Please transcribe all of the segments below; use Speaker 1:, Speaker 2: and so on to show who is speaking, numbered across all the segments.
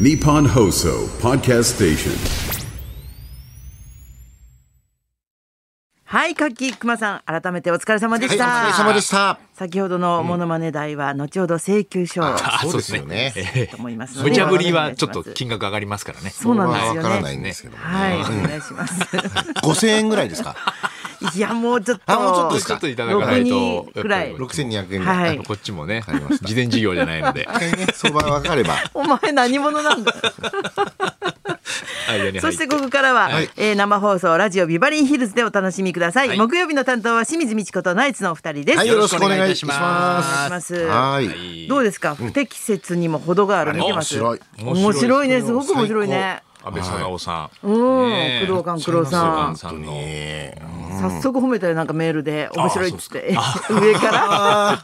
Speaker 1: Nippon Hoso Podcast Station.
Speaker 2: はい、かっきーくまさん、改めてお疲れ様でした。
Speaker 3: はいお疲れ様でした
Speaker 2: 先ほどのモノマネ代は、後ほど請求書を
Speaker 3: あ
Speaker 2: と
Speaker 3: そうですよね。
Speaker 2: 思いますので。
Speaker 4: 無茶ぶりはちょっ
Speaker 2: お
Speaker 4: と
Speaker 2: 願いし
Speaker 4: 金額上がりますからね。
Speaker 2: ます。そうなんですよね。
Speaker 3: わからないんですけどもね
Speaker 2: はい、お願いします。
Speaker 3: 五千円ぐらいですか。
Speaker 2: いや、もうちょっと。
Speaker 3: あもうちょっとです
Speaker 4: ちょ
Speaker 3: か
Speaker 4: っといただかないと
Speaker 2: 六人くらい
Speaker 4: やっぱり
Speaker 3: 六千二百円ぐ
Speaker 2: は
Speaker 3: ら
Speaker 2: い
Speaker 3: い。
Speaker 4: こっちもね
Speaker 3: りまし、た
Speaker 4: 事前事業じゃな いので、
Speaker 3: 一回ね相場が分かれば。
Speaker 2: お前何者なんだ。
Speaker 4: 間に入って
Speaker 2: そしてここからは、
Speaker 3: はい
Speaker 2: えー生放送ラジオビバリンヒルズでお楽しみください。
Speaker 4: はい
Speaker 2: 木曜日の担当は清水美智子とナイツのお二人です。
Speaker 3: はい、
Speaker 2: お
Speaker 3: よろしくお願いしま
Speaker 2: 願いします。
Speaker 3: す。はい。
Speaker 2: どうですか、不適切にも程がある。見てます。
Speaker 3: 面白い
Speaker 2: 面白いね、すごく面白いね。
Speaker 4: 安倍貞夫さん、
Speaker 2: うん、
Speaker 4: ねえ
Speaker 2: 工藤官九郎さん
Speaker 4: 工藤官。さんの
Speaker 3: えー
Speaker 2: 早速褒めたよなんかメールで面白いっつって 上から
Speaker 4: え
Speaker 3: あ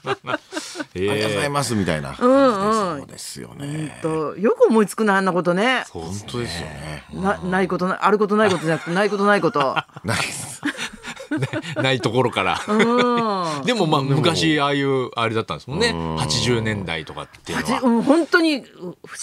Speaker 3: りがとうござい
Speaker 4: ー
Speaker 3: ますみたいな感じです。そうですよね。
Speaker 2: とよく思いつくなあんなことね
Speaker 3: 本当ですよね。
Speaker 2: なないことなあることないことじゃなくてないことないこと
Speaker 3: ナイス。
Speaker 4: ないところから。 でもまあ昔ああいうあれだったんですもんね。80年代とかっていうの
Speaker 2: じ
Speaker 4: は。
Speaker 2: うん本当に不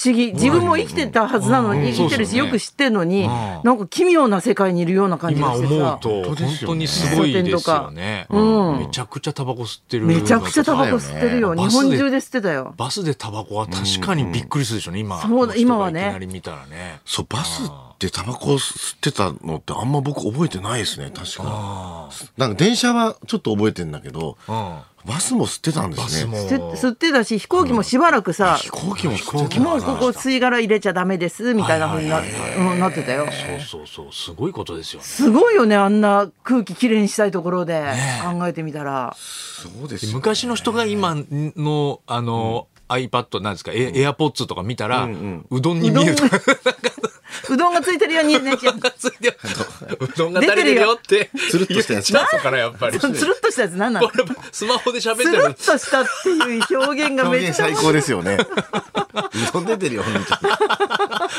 Speaker 2: 思議自分も生きてたはずなのに生きてるし
Speaker 4: そう
Speaker 2: よ
Speaker 4: そうね
Speaker 2: く知ってるのになんか奇妙な世界にいるような感じが
Speaker 4: 今
Speaker 2: し
Speaker 4: 思
Speaker 2: てさ
Speaker 4: うと本当にすごいですよね。めちゃくちゃタバコ吸ってる。
Speaker 2: めちゃくちゃタバコ吸ってるよ
Speaker 4: そうだ
Speaker 2: 日
Speaker 4: よね
Speaker 2: 本中で吸ってたよ
Speaker 4: バスでタバコは確かにびっくりするでしょうね、今。
Speaker 2: そうだ今はね
Speaker 4: いきなり見たらね。
Speaker 3: そうバスってタバコ吸ってたのってあんま僕覚えてないですね。確か。なんか電車はちょっと覚えてんだけど、
Speaker 4: うん。
Speaker 3: バスも吸ってたんで
Speaker 4: バス
Speaker 3: す
Speaker 4: も
Speaker 3: ね。。
Speaker 2: 吸って吸ってたし飛行機もしばらくさ
Speaker 3: 飛行機も吸ってた
Speaker 2: もうここ吸い殻入れちゃダメですみたいな風になうんなってたよ
Speaker 4: そうそうそう、すごいことですよね。
Speaker 2: すごいよねあんな空気きれいにしたいところで考えてみたら、
Speaker 3: そうですよね。
Speaker 4: 昔の人が今の、あの、iPad なんですか、エエアポッツとか見たら、うどんに
Speaker 2: うど
Speaker 4: 見
Speaker 2: ん
Speaker 4: えるとか
Speaker 2: うどんがついてるように ねちゃん
Speaker 4: ついてるうどんが足りてるよって。
Speaker 3: つるっとしたやつ
Speaker 4: 言っちゃうのからやっ ぱり。
Speaker 2: つるっとしたやつ何なの
Speaker 4: これスマホで喋って
Speaker 2: つる
Speaker 4: る
Speaker 2: っ。としたっていう表現が
Speaker 3: 表
Speaker 2: めっ
Speaker 3: 現
Speaker 2: ちゃ
Speaker 3: 最
Speaker 2: 面白
Speaker 3: 高
Speaker 2: い
Speaker 3: ですよね。 うどん出てるよ本当に。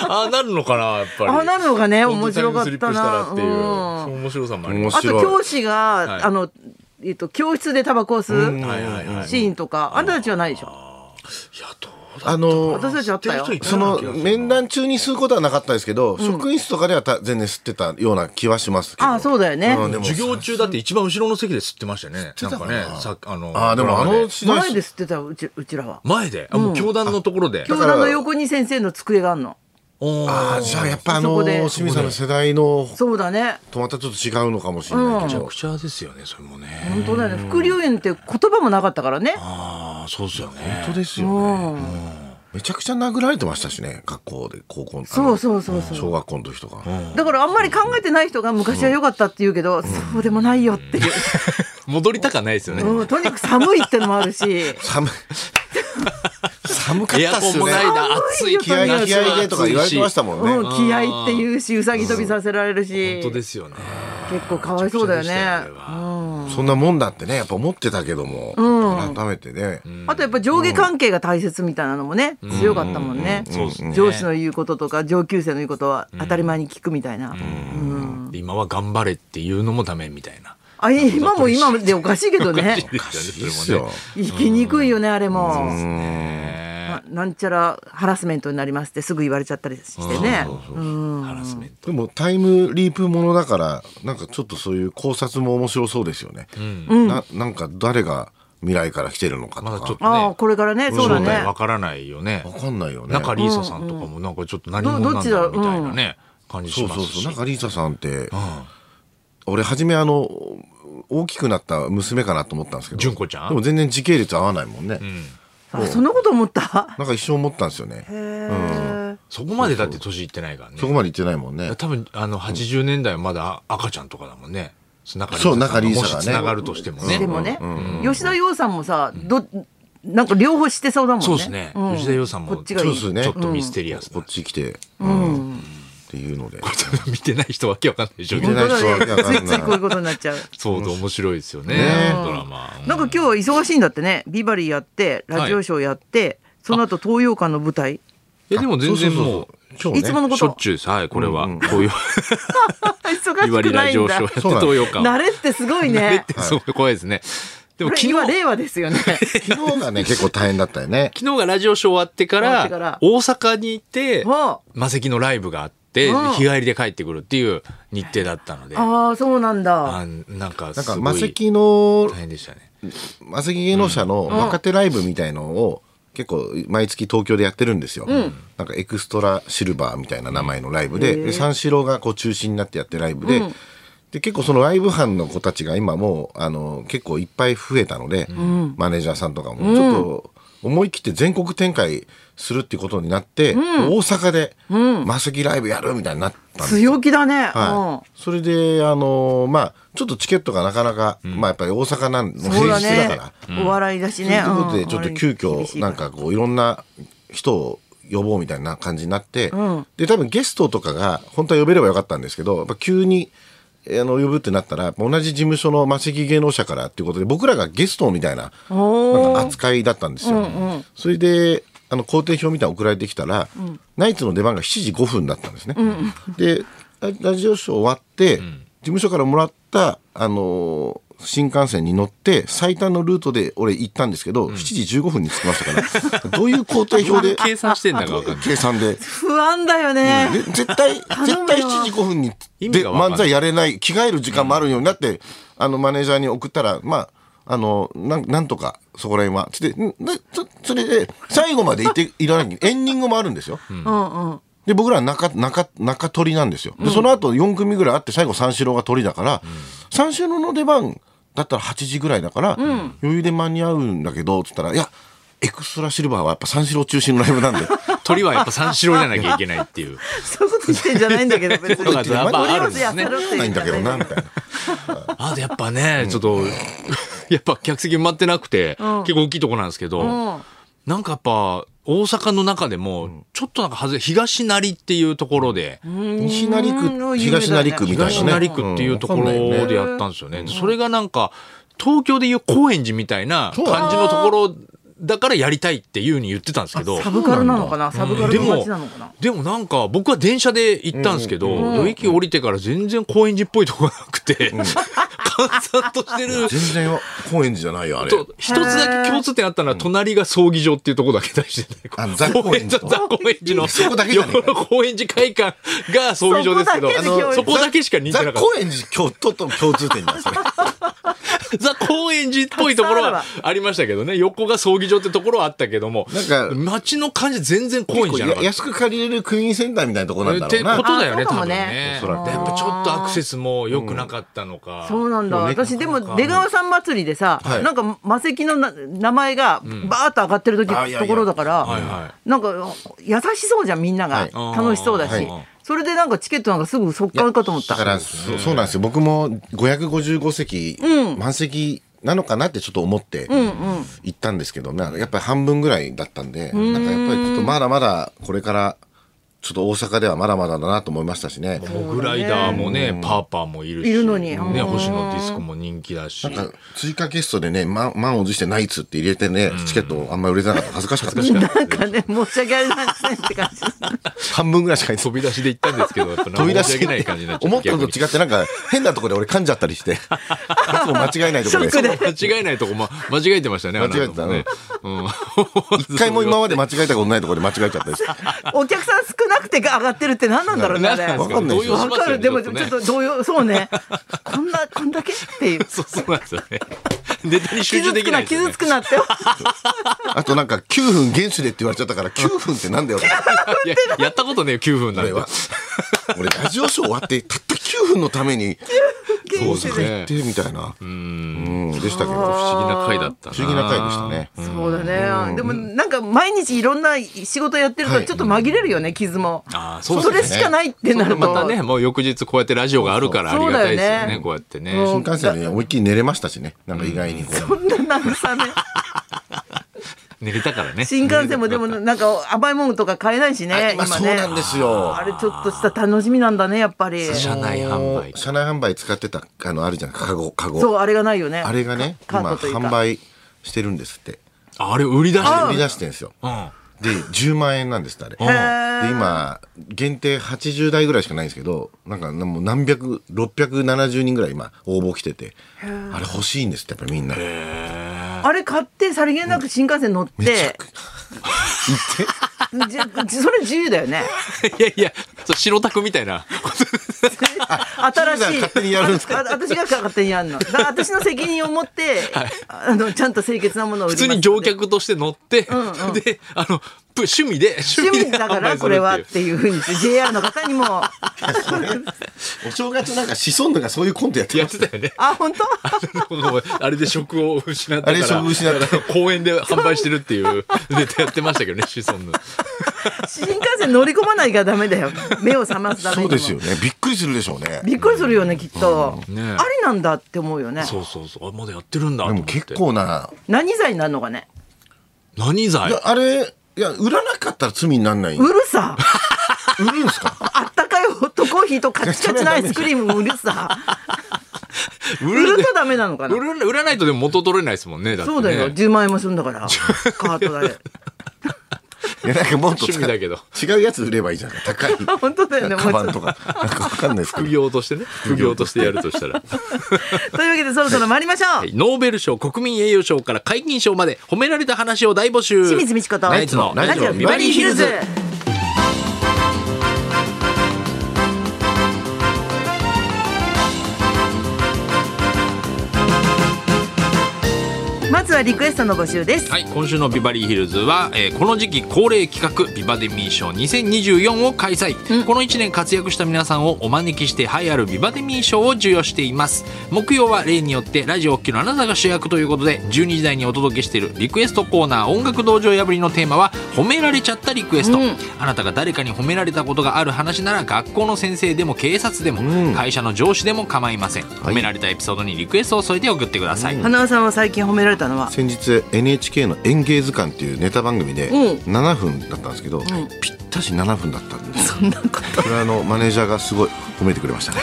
Speaker 4: ああ、なるのかな、やっぱり。
Speaker 2: あなるのがね面
Speaker 4: 本当
Speaker 2: 白
Speaker 4: に
Speaker 2: か
Speaker 4: タイム
Speaker 2: っ
Speaker 4: スリッ
Speaker 2: た
Speaker 4: プしたら
Speaker 2: な
Speaker 4: っていう、
Speaker 2: うん
Speaker 4: その面白さもあります。
Speaker 2: あと教師が、
Speaker 4: い
Speaker 2: あの、えっと、教室でタバコを吸
Speaker 4: はいはいは
Speaker 2: う
Speaker 4: い
Speaker 2: シーンとか、あんたたちはないでしょ
Speaker 4: いや、どうだ
Speaker 3: あの
Speaker 2: 私たちあったよ
Speaker 4: 知ってる人いた
Speaker 3: その面談中に吸うことはなかったですけど、職員室とかではた全然吸ってたような気はしますけど。
Speaker 2: あそうだよね、
Speaker 3: うんでも
Speaker 4: 授業中だって一番後ろの席で吸ってましたよね。
Speaker 3: 吸
Speaker 4: な
Speaker 3: ってた
Speaker 4: んか
Speaker 3: かな
Speaker 4: ね、さあの、
Speaker 3: あーでもあ
Speaker 4: ドラ
Speaker 3: の
Speaker 4: マで
Speaker 3: 時代
Speaker 2: 前で吸ってたうちうちらは
Speaker 4: 前で、あ、もう教団のところで。
Speaker 2: 教
Speaker 3: から
Speaker 2: 団の横に先生の机があるの
Speaker 4: おー
Speaker 3: あじゃあやっぱあ
Speaker 2: そ
Speaker 3: の
Speaker 2: こで
Speaker 3: 清水さんの世代の
Speaker 2: そうだね
Speaker 3: とまたちょっと違うのかもしれないけ
Speaker 4: めちゃ
Speaker 3: ど
Speaker 4: く、ちゃですよね、それもね。
Speaker 2: 本当だよね副流煙って言葉もなかったからね
Speaker 4: ああ、そうっすよね。
Speaker 3: 本当ですよね、めちゃくちゃ殴られてましたしね学校で高校のあ
Speaker 2: そう
Speaker 3: の
Speaker 2: そうそうそう
Speaker 3: 小学校の時とか、
Speaker 2: だからあんまり考えてない人が昔は良かったって言うけど、そうでもないよ っていう、
Speaker 4: 戻りたかないですよね。
Speaker 2: うん、とにかく寒いってのもあるし
Speaker 3: 寒い寒かっ
Speaker 4: エア
Speaker 3: たっ
Speaker 4: コン
Speaker 3: すよ
Speaker 4: も
Speaker 3: ね
Speaker 4: ないだ、暑い
Speaker 3: 気合い気合いでとか言われてましたもんね、
Speaker 2: うん、気合っていうしうさぎ跳びさせられるし
Speaker 4: 本当ですよね。
Speaker 2: 結構かわいそうだよね
Speaker 4: めちゃくちゃでしたよ
Speaker 3: そんなもんだってねやっぱ思ってたけども、改めてね、
Speaker 2: うん、あとやっぱ上下関係が大切みたいなのもね、強かったもんね,、
Speaker 4: そうっすね
Speaker 2: 上司の言うこととか上級生の言うことは当たり前に聞くみたいな、
Speaker 4: で今は頑張れっていうのもダメみたいな。
Speaker 2: あい今も今でおかしいけどね
Speaker 4: おかしい
Speaker 3: で
Speaker 4: ですすよ
Speaker 3: よ
Speaker 4: ね。
Speaker 2: 生きにくいよねあれも、
Speaker 4: それもね
Speaker 2: ななんちゃらハラスメントになりますってすぐ言われちゃったりしてね、うん
Speaker 4: ハラスメント。
Speaker 3: でもタイムリープものだからなんかちょっとそういう考察も面白そうですよね、ななんか誰が未来から来てるのかとか、
Speaker 4: まだちょっと
Speaker 2: ああ
Speaker 4: ね、
Speaker 2: これからねそうだ
Speaker 4: 正体
Speaker 2: ね
Speaker 4: わからないよね。
Speaker 3: わかんないよね
Speaker 4: 中里依紗さんとかもなんかちょっと何者なんだろうみたいなね、感じし
Speaker 3: そう
Speaker 4: ま
Speaker 3: そう
Speaker 4: す
Speaker 3: そう
Speaker 4: し。
Speaker 3: 中里依紗さんって、俺初めあの大きくなった娘かなと思ったんですけど
Speaker 4: 純子ちゃん
Speaker 3: でも全然時系列合わないもんね、
Speaker 2: あそんなこと思った
Speaker 3: なんか一生思ったんですよね
Speaker 4: そこまでだって年いってないからね。
Speaker 3: そこまで行ってないもんね
Speaker 4: 多分あの80年代はまだ赤ちゃんとかだもんね。中
Speaker 3: そう中里依紗がね
Speaker 4: もし繋がるとしてもね。
Speaker 2: でもね、吉田羊さんもさどなんか両方してそうだもんね
Speaker 4: そうですね。
Speaker 2: ん
Speaker 4: 吉田洋さんも
Speaker 2: こっ
Speaker 4: ち
Speaker 2: ち
Speaker 4: ょ
Speaker 2: がいい
Speaker 3: そうっすね
Speaker 4: っとミステリアス
Speaker 3: こ
Speaker 4: な
Speaker 3: っ。ち来て、うんっていうので
Speaker 4: 見てない人わけわかんないでしょ。
Speaker 3: 見てない人はわけわかんない
Speaker 2: ついついこういうことになっちゃう
Speaker 4: そうと面白いですよね。ドラマ。
Speaker 2: なんか今日忙しいんだってねビバリーやってラジオショーやって、その後東洋館の舞台
Speaker 4: えでも全然も
Speaker 3: そうそうそう今
Speaker 2: い
Speaker 3: 日
Speaker 2: つ
Speaker 3: ね
Speaker 2: ものこ
Speaker 4: うしょっ
Speaker 2: と
Speaker 4: ちゅうです。はいこれはこういう
Speaker 2: 忙
Speaker 4: ビバ
Speaker 2: し
Speaker 4: リ
Speaker 2: くな
Speaker 4: ラ
Speaker 2: い
Speaker 4: ジ
Speaker 2: ん
Speaker 4: オショーや
Speaker 2: だ
Speaker 4: って
Speaker 3: そうなんです
Speaker 4: 東洋館。
Speaker 2: 慣れってすごいね
Speaker 4: そう怖いですね。で
Speaker 2: こ
Speaker 4: も
Speaker 2: れ
Speaker 4: 昨日
Speaker 2: 今令和ですよね
Speaker 3: 昨日がね、結構大変だったよね。
Speaker 4: 昨日がラジオショー終わってか
Speaker 2: 終わっ
Speaker 4: ら
Speaker 2: てから
Speaker 4: 大阪に行って
Speaker 2: は
Speaker 4: マセキのライブがあって
Speaker 2: うん
Speaker 4: 日帰りで帰ってくるっていう日程だったのであ
Speaker 2: ああそうなんだ
Speaker 4: なんか
Speaker 3: なん
Speaker 4: す
Speaker 3: か、
Speaker 4: ご
Speaker 3: マセ
Speaker 4: い
Speaker 3: キの
Speaker 4: 大、変でしたね
Speaker 3: マセキ芸能者の若手ライブみたいのを、結構毎月東京でやってるんですよ、なんかエクストラシルバーみたいな名前のライブで,で、三四郎がこう中心になってやってるライブで,、で結構そのライブ班の子たちが今もうあの結構いっぱい増えたので、マネージャーさんとかも、ちょっと思い切って全国展開するってことになって、大阪でマセキライブやるみたいになったんですよ
Speaker 2: 強気だね、
Speaker 3: はい、それで、あのーまあ、ちょっとチケットがなかなか、まあ、やっぱり大阪なんの
Speaker 2: うん、そう
Speaker 3: 平
Speaker 2: だ
Speaker 3: 日だか
Speaker 2: ね
Speaker 3: ら。
Speaker 2: お笑いだしね
Speaker 3: ということ
Speaker 2: う
Speaker 3: で、
Speaker 2: ん
Speaker 3: ちょっと急
Speaker 2: 厳し
Speaker 3: 遽、
Speaker 2: いか
Speaker 3: な
Speaker 2: ら
Speaker 3: んかこう、いろんな人を呼ぼうみたいな感じになって、
Speaker 2: ん
Speaker 3: で、多分ゲストとかが、本当は呼べればよかったんですけど、やっぱ急に、えーあの、呼ぶってなったら、やっぱ同じ事務所のマセキ芸能者からっていうことで、僕らがゲストみたいな、
Speaker 2: おー
Speaker 3: なんか扱いだったんですよ。それであの工程表みたいなの送られてきたら、ナイツの出番が7時5分だったんですね。でララジオショー終わって、事務所からもらった、あのー新幹線に乗って最短のルートで俺行ったんですけど、7時15分に着きましたから どういう工程表で
Speaker 4: 計算してんだかわかんない
Speaker 3: 計算で。
Speaker 2: 不安だよね、
Speaker 3: で絶対
Speaker 2: むよ
Speaker 3: 絶対7時5分に
Speaker 4: 意味
Speaker 3: で
Speaker 4: がわかんな
Speaker 3: 漫
Speaker 4: い
Speaker 3: 才やれない着替える時間もあるようになって、あのマネージャーに送ったらまああのなんなんとかそこら辺はつってんでそそれで最後までいていらなきゃエンディングもあるんですよ。で僕らは中中中鳥なんですよ。でその後4組ぐらいあって最後三四郎が鳥だから、三四郎の出番だったら8時ぐらいだから、余裕で間に合うんだけどつったらいやエクストラシルバーはやっぱ三四郎中心のライブなんで。
Speaker 4: 鳥はやっぱ三四郎じゃなきゃいけないっていう
Speaker 2: そういうことしてんじゃないんだけど別
Speaker 4: と
Speaker 2: に
Speaker 4: かってやっぱあるんで
Speaker 2: と
Speaker 4: す
Speaker 2: りあえずや
Speaker 4: ね
Speaker 2: ったろ
Speaker 3: ないんだけどなみたいな。
Speaker 4: あとやっぱねちょっと やっぱ客席埋まってなくて結構大きいとこなんですけど
Speaker 2: うん
Speaker 4: なんかやっぱ大阪の中でもちょっとなんか外れ東成っていうところで
Speaker 3: 西成区、東成区みたいなね。
Speaker 4: 東成区っていうところでやったんですよね。それがなんか、東京でいう高円寺みたいな感じのところだからやりたいっていうふうに言ってたんですけど、
Speaker 2: サブカルなのかなサブカル
Speaker 4: で
Speaker 2: の街
Speaker 4: も
Speaker 2: なのかな、、
Speaker 4: でもなんか僕は電車で行ったんですけど、駅降りてから全然高円寺っぽいとこがなくて、 閑散としてる。
Speaker 3: 全然高円寺じゃないよ、あれ。
Speaker 4: と一つだけ共通点あったのは隣が葬儀場っていうところだけ出してて
Speaker 3: あ雑高円寺
Speaker 4: ザ
Speaker 3: と
Speaker 4: 高円寺の
Speaker 3: そこだけじゃねえ か
Speaker 4: 横の高円寺会館が葬儀場ですけど
Speaker 2: そこだけの共通点
Speaker 4: そこだけしか似てなか
Speaker 3: ザ・
Speaker 4: った
Speaker 3: 高円寺京都と共通点なんですね。
Speaker 4: ザ・高円寺っぽいところはありましたけどね。横が葬儀場ってところはあったけども。
Speaker 3: なんか
Speaker 4: 街の感じ全然高円寺じゃ
Speaker 3: 結
Speaker 4: なか
Speaker 3: 構
Speaker 4: っ
Speaker 3: や安く借りれるクイーンセンターみたいなとこ
Speaker 4: た。
Speaker 3: なん
Speaker 4: って
Speaker 3: だ
Speaker 4: こ
Speaker 3: ろうな。
Speaker 4: とだよね、
Speaker 2: あそうか
Speaker 4: 多
Speaker 2: も
Speaker 4: 分
Speaker 2: ね
Speaker 4: ね。
Speaker 3: おそらく
Speaker 4: やっぱちょっとアクセスも良くなかったのか。
Speaker 2: そうなんだ
Speaker 3: でもね
Speaker 2: 私でも出川さん祭りでさ、
Speaker 3: はい
Speaker 2: なんか魔石のな名前がバーッと上がってる時、
Speaker 3: あいやいや
Speaker 2: ところだから、
Speaker 4: はいは
Speaker 2: なんか優しそうじゃんみんなが、
Speaker 4: はい
Speaker 2: 楽しそうだし、
Speaker 4: はい
Speaker 2: それでなんかチケットなんかすぐ速乾かと思った
Speaker 3: だから、そうそうなんですよ。僕も555席、満席なのかなってちょっと思って、行ったんですけど、まあやっぱり半分ぐらいだったんで、なんかやっぱりちょっとまだまだこれから、ちょっと大阪ではまだまだだなと思いましたしね。
Speaker 4: モグライダーもね、パーパーもいるし。
Speaker 2: いるのに
Speaker 4: ね、
Speaker 2: うん
Speaker 4: 星野ディスコも人気だし。
Speaker 3: なんか追加ゲストでね、ま、満を持してナイツって入れてね、チケットあんまり売れてなかった。恥ずかしかったですね。
Speaker 2: なんかね申し訳ありませんって感じ
Speaker 3: 半分ぐらいしか入って
Speaker 4: 飛び出しで行ったんですけど、やっぱ
Speaker 3: 飛び出
Speaker 4: 申し
Speaker 3: し
Speaker 4: 訳な
Speaker 3: て
Speaker 4: い感じになっちゃ
Speaker 3: 思ったの
Speaker 4: 逆
Speaker 3: と
Speaker 4: に
Speaker 3: 違ってなん か変なとこで俺噛んじゃったり して。いつも間違いないとこ
Speaker 2: ショッ
Speaker 3: で。
Speaker 2: クで
Speaker 4: 間違えないとこ、ま、間違えてましたね、
Speaker 3: 間違えてた
Speaker 4: あなたもね。うん
Speaker 3: 一回も今まで間違えたことないとこで間違えちゃったりして。
Speaker 2: お客さん少なくてが上がってるって何なんだろうねあれ
Speaker 4: なん
Speaker 3: わかんないですよ
Speaker 2: わかる、でもちょ
Speaker 4: ね
Speaker 2: っと動揺、そうね。こんな、こんだけっていう。
Speaker 4: そうそうなんですよね。ネタに集
Speaker 2: 傷
Speaker 4: 中で
Speaker 2: つく
Speaker 4: き
Speaker 2: な、
Speaker 4: ないですよ
Speaker 2: 傷
Speaker 4: ね
Speaker 2: つ。くなって。
Speaker 3: あとなんか9分厳守でって言われちゃったから9分ってなんだよ。
Speaker 4: いややったことねえよ、9分なん
Speaker 3: 俺
Speaker 4: て。
Speaker 3: は。俺ラジオショー終わってたった9分のために
Speaker 4: そうで
Speaker 3: 大
Speaker 4: す
Speaker 3: 阪行っ
Speaker 4: ね
Speaker 3: て。みたいな。うん。でしたけど。不
Speaker 4: 不思議な回だったな。
Speaker 3: 思議な回でしたね。
Speaker 2: そうだね。でもなんか毎日いろんな仕事やってるとちょっと紛れるよね、傷も。
Speaker 4: あーそうです
Speaker 2: そ
Speaker 4: ね
Speaker 2: れしかないって
Speaker 4: そ
Speaker 2: な
Speaker 4: う
Speaker 2: る
Speaker 4: また
Speaker 2: と。
Speaker 4: ね、もう翌日こうやってラジオがあるからありがたいです
Speaker 2: そ
Speaker 4: よ
Speaker 2: うだよ
Speaker 4: ね、
Speaker 2: ね
Speaker 4: こうやってね。
Speaker 2: うん
Speaker 4: い
Speaker 3: 新幹線で思いっきり寝れましたしね。なんか意外にこう。
Speaker 2: 慰め
Speaker 4: 寝れたからね。
Speaker 2: 新幹線もでもなんか甘いものとか買えないし
Speaker 3: あ
Speaker 2: ね
Speaker 3: 今
Speaker 2: 今
Speaker 3: そう
Speaker 2: ね
Speaker 3: なんですよ。
Speaker 2: あれちょっとした楽しみなんだねやっぱり
Speaker 4: 車内販売。
Speaker 3: 車内販売使ってたあのあるじゃんカゴカゴ
Speaker 2: そうあれがないよね
Speaker 3: あれがね
Speaker 2: カカ
Speaker 3: 今
Speaker 2: ートというか
Speaker 3: 販売してるんですって
Speaker 4: ああれ売り出して
Speaker 3: 売
Speaker 4: る
Speaker 3: り出してんですよ
Speaker 4: うん。
Speaker 3: で10万円なんですってあれ
Speaker 2: へー
Speaker 3: で今限定80台ぐらいしかないんですけどなんかもう何百670人ぐらい今応募来ててあれ欲しいんですってやっぱりみんなめ
Speaker 2: あれ買ってさりげなく新幹線乗っ
Speaker 3: ちゃ
Speaker 2: て、
Speaker 3: く
Speaker 2: じそれ自由だよ ね
Speaker 4: いやいや、そう白タクみたいな。
Speaker 2: 新しい
Speaker 3: 勝手にやるんですか
Speaker 2: ああ私が勝手にやるのだから私の責任を持って、あのちゃんと清潔なものを売
Speaker 4: 普
Speaker 2: ります
Speaker 4: 通に乗客として乗って、で、あの、ぷ趣味で、
Speaker 2: 趣味だか
Speaker 4: 販売
Speaker 2: ら
Speaker 4: するっていう
Speaker 2: これはっていうふうにして JR の方にも
Speaker 3: お正月なんかシソンヌがそういうコントやって
Speaker 4: や
Speaker 3: ま
Speaker 4: っ
Speaker 3: す
Speaker 4: てたよね。
Speaker 2: あ本当
Speaker 4: もう あれで職を失ったか
Speaker 3: あ
Speaker 4: ら
Speaker 3: れ職失った
Speaker 4: 公園で販売してるっていう ネタやってましたけどねシソンヌ
Speaker 2: 新幹線乗り込まないからダメだよ目を覚ますために
Speaker 3: そう
Speaker 2: も
Speaker 3: ですよねびっくりするでしょうね
Speaker 2: びっくりするよねきっと、
Speaker 4: うんね
Speaker 2: ありなんだって思うよね
Speaker 4: そうそうそうあまだやってるんだ
Speaker 3: で
Speaker 4: と思
Speaker 3: も
Speaker 4: って
Speaker 3: 結構な
Speaker 2: 何罪になるのかね
Speaker 4: 何罪
Speaker 3: いやあれいや売らなかったら罪になんない
Speaker 2: うるさ
Speaker 3: 売るんですか
Speaker 2: あったかいホットコーヒーとカチカチのアイスクリームもうるさ
Speaker 4: 売
Speaker 2: 売るとダメなのかな
Speaker 4: 売る売らないとでも元取れないですもんねだって、ね、
Speaker 2: そうだよ10万円もするんだ からカート代
Speaker 3: いやなんかもっと
Speaker 4: 趣味だけど
Speaker 3: 違うやつ売ればいいじゃん高い
Speaker 2: 本当だよねもうちょ
Speaker 3: カ
Speaker 2: っ
Speaker 3: バンとかなんかわかんないですけ
Speaker 4: 副
Speaker 3: ど
Speaker 4: 業としてね副業としてやるとしたら
Speaker 2: というわけでそろそろ参りましょう、
Speaker 4: はいノーベル賞、国民栄誉賞から解禁賞まで褒められた話を大募集。
Speaker 2: 清水美智子と
Speaker 4: ナイツの
Speaker 3: ラ
Speaker 2: ラ
Speaker 3: ジ
Speaker 2: ジ
Speaker 3: オ
Speaker 2: オビバリーヒルズ
Speaker 3: ビバリー
Speaker 2: まずはリクエストの募集です、
Speaker 4: はい、今週のビバリーヒルズは、えーこの時期恒例企画ビバデミー賞2024を開催、この1年活躍した皆さんをお招きして栄えあるビバデミー賞を授与しています木曜は例によってラジオお聞きのあなたが主役ということで12時台にお届けしているリクエストコーナー音楽道場破りのテーマは褒められちゃったリクエスト、あなたが誰かに褒められたことがある話なら学校の先生でも警察でも、会社の上司でも構いません、褒められたエピソードにリクエストを添えて送ってください、
Speaker 2: 花輪さんは最近褒められたの は
Speaker 3: 先日 NHK の「演芸図鑑」っていうネタ番組で
Speaker 2: うん
Speaker 3: 7分だったんですけど、ぴったし7分だったんです
Speaker 2: そんなこ
Speaker 3: これはあのマネージャーがすごい褒めてくれま したね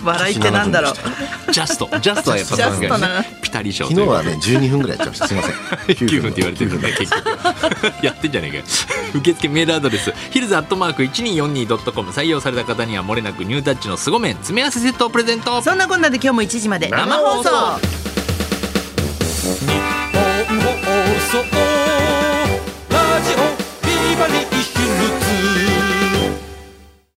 Speaker 2: と笑いってなんだろう
Speaker 4: ジャスト。ジャストはや っぱさす
Speaker 2: ジャ
Speaker 4: が
Speaker 2: ス
Speaker 4: に
Speaker 2: ト
Speaker 4: ね
Speaker 2: な。
Speaker 4: ピタリ賞と
Speaker 3: 昨
Speaker 4: い
Speaker 3: 日
Speaker 4: うか
Speaker 3: はね12分ぐらいやってましたすいませ ん
Speaker 4: 9分って言われてるんだね結局 やってんじゃねえかよ受付メールアドレスヒルズアットマーク 1242.com 採用された方にはもれなくニュータッチの凄麺詰め合わせセットをプレゼント
Speaker 2: そんなこんなで今日も1時まで生放送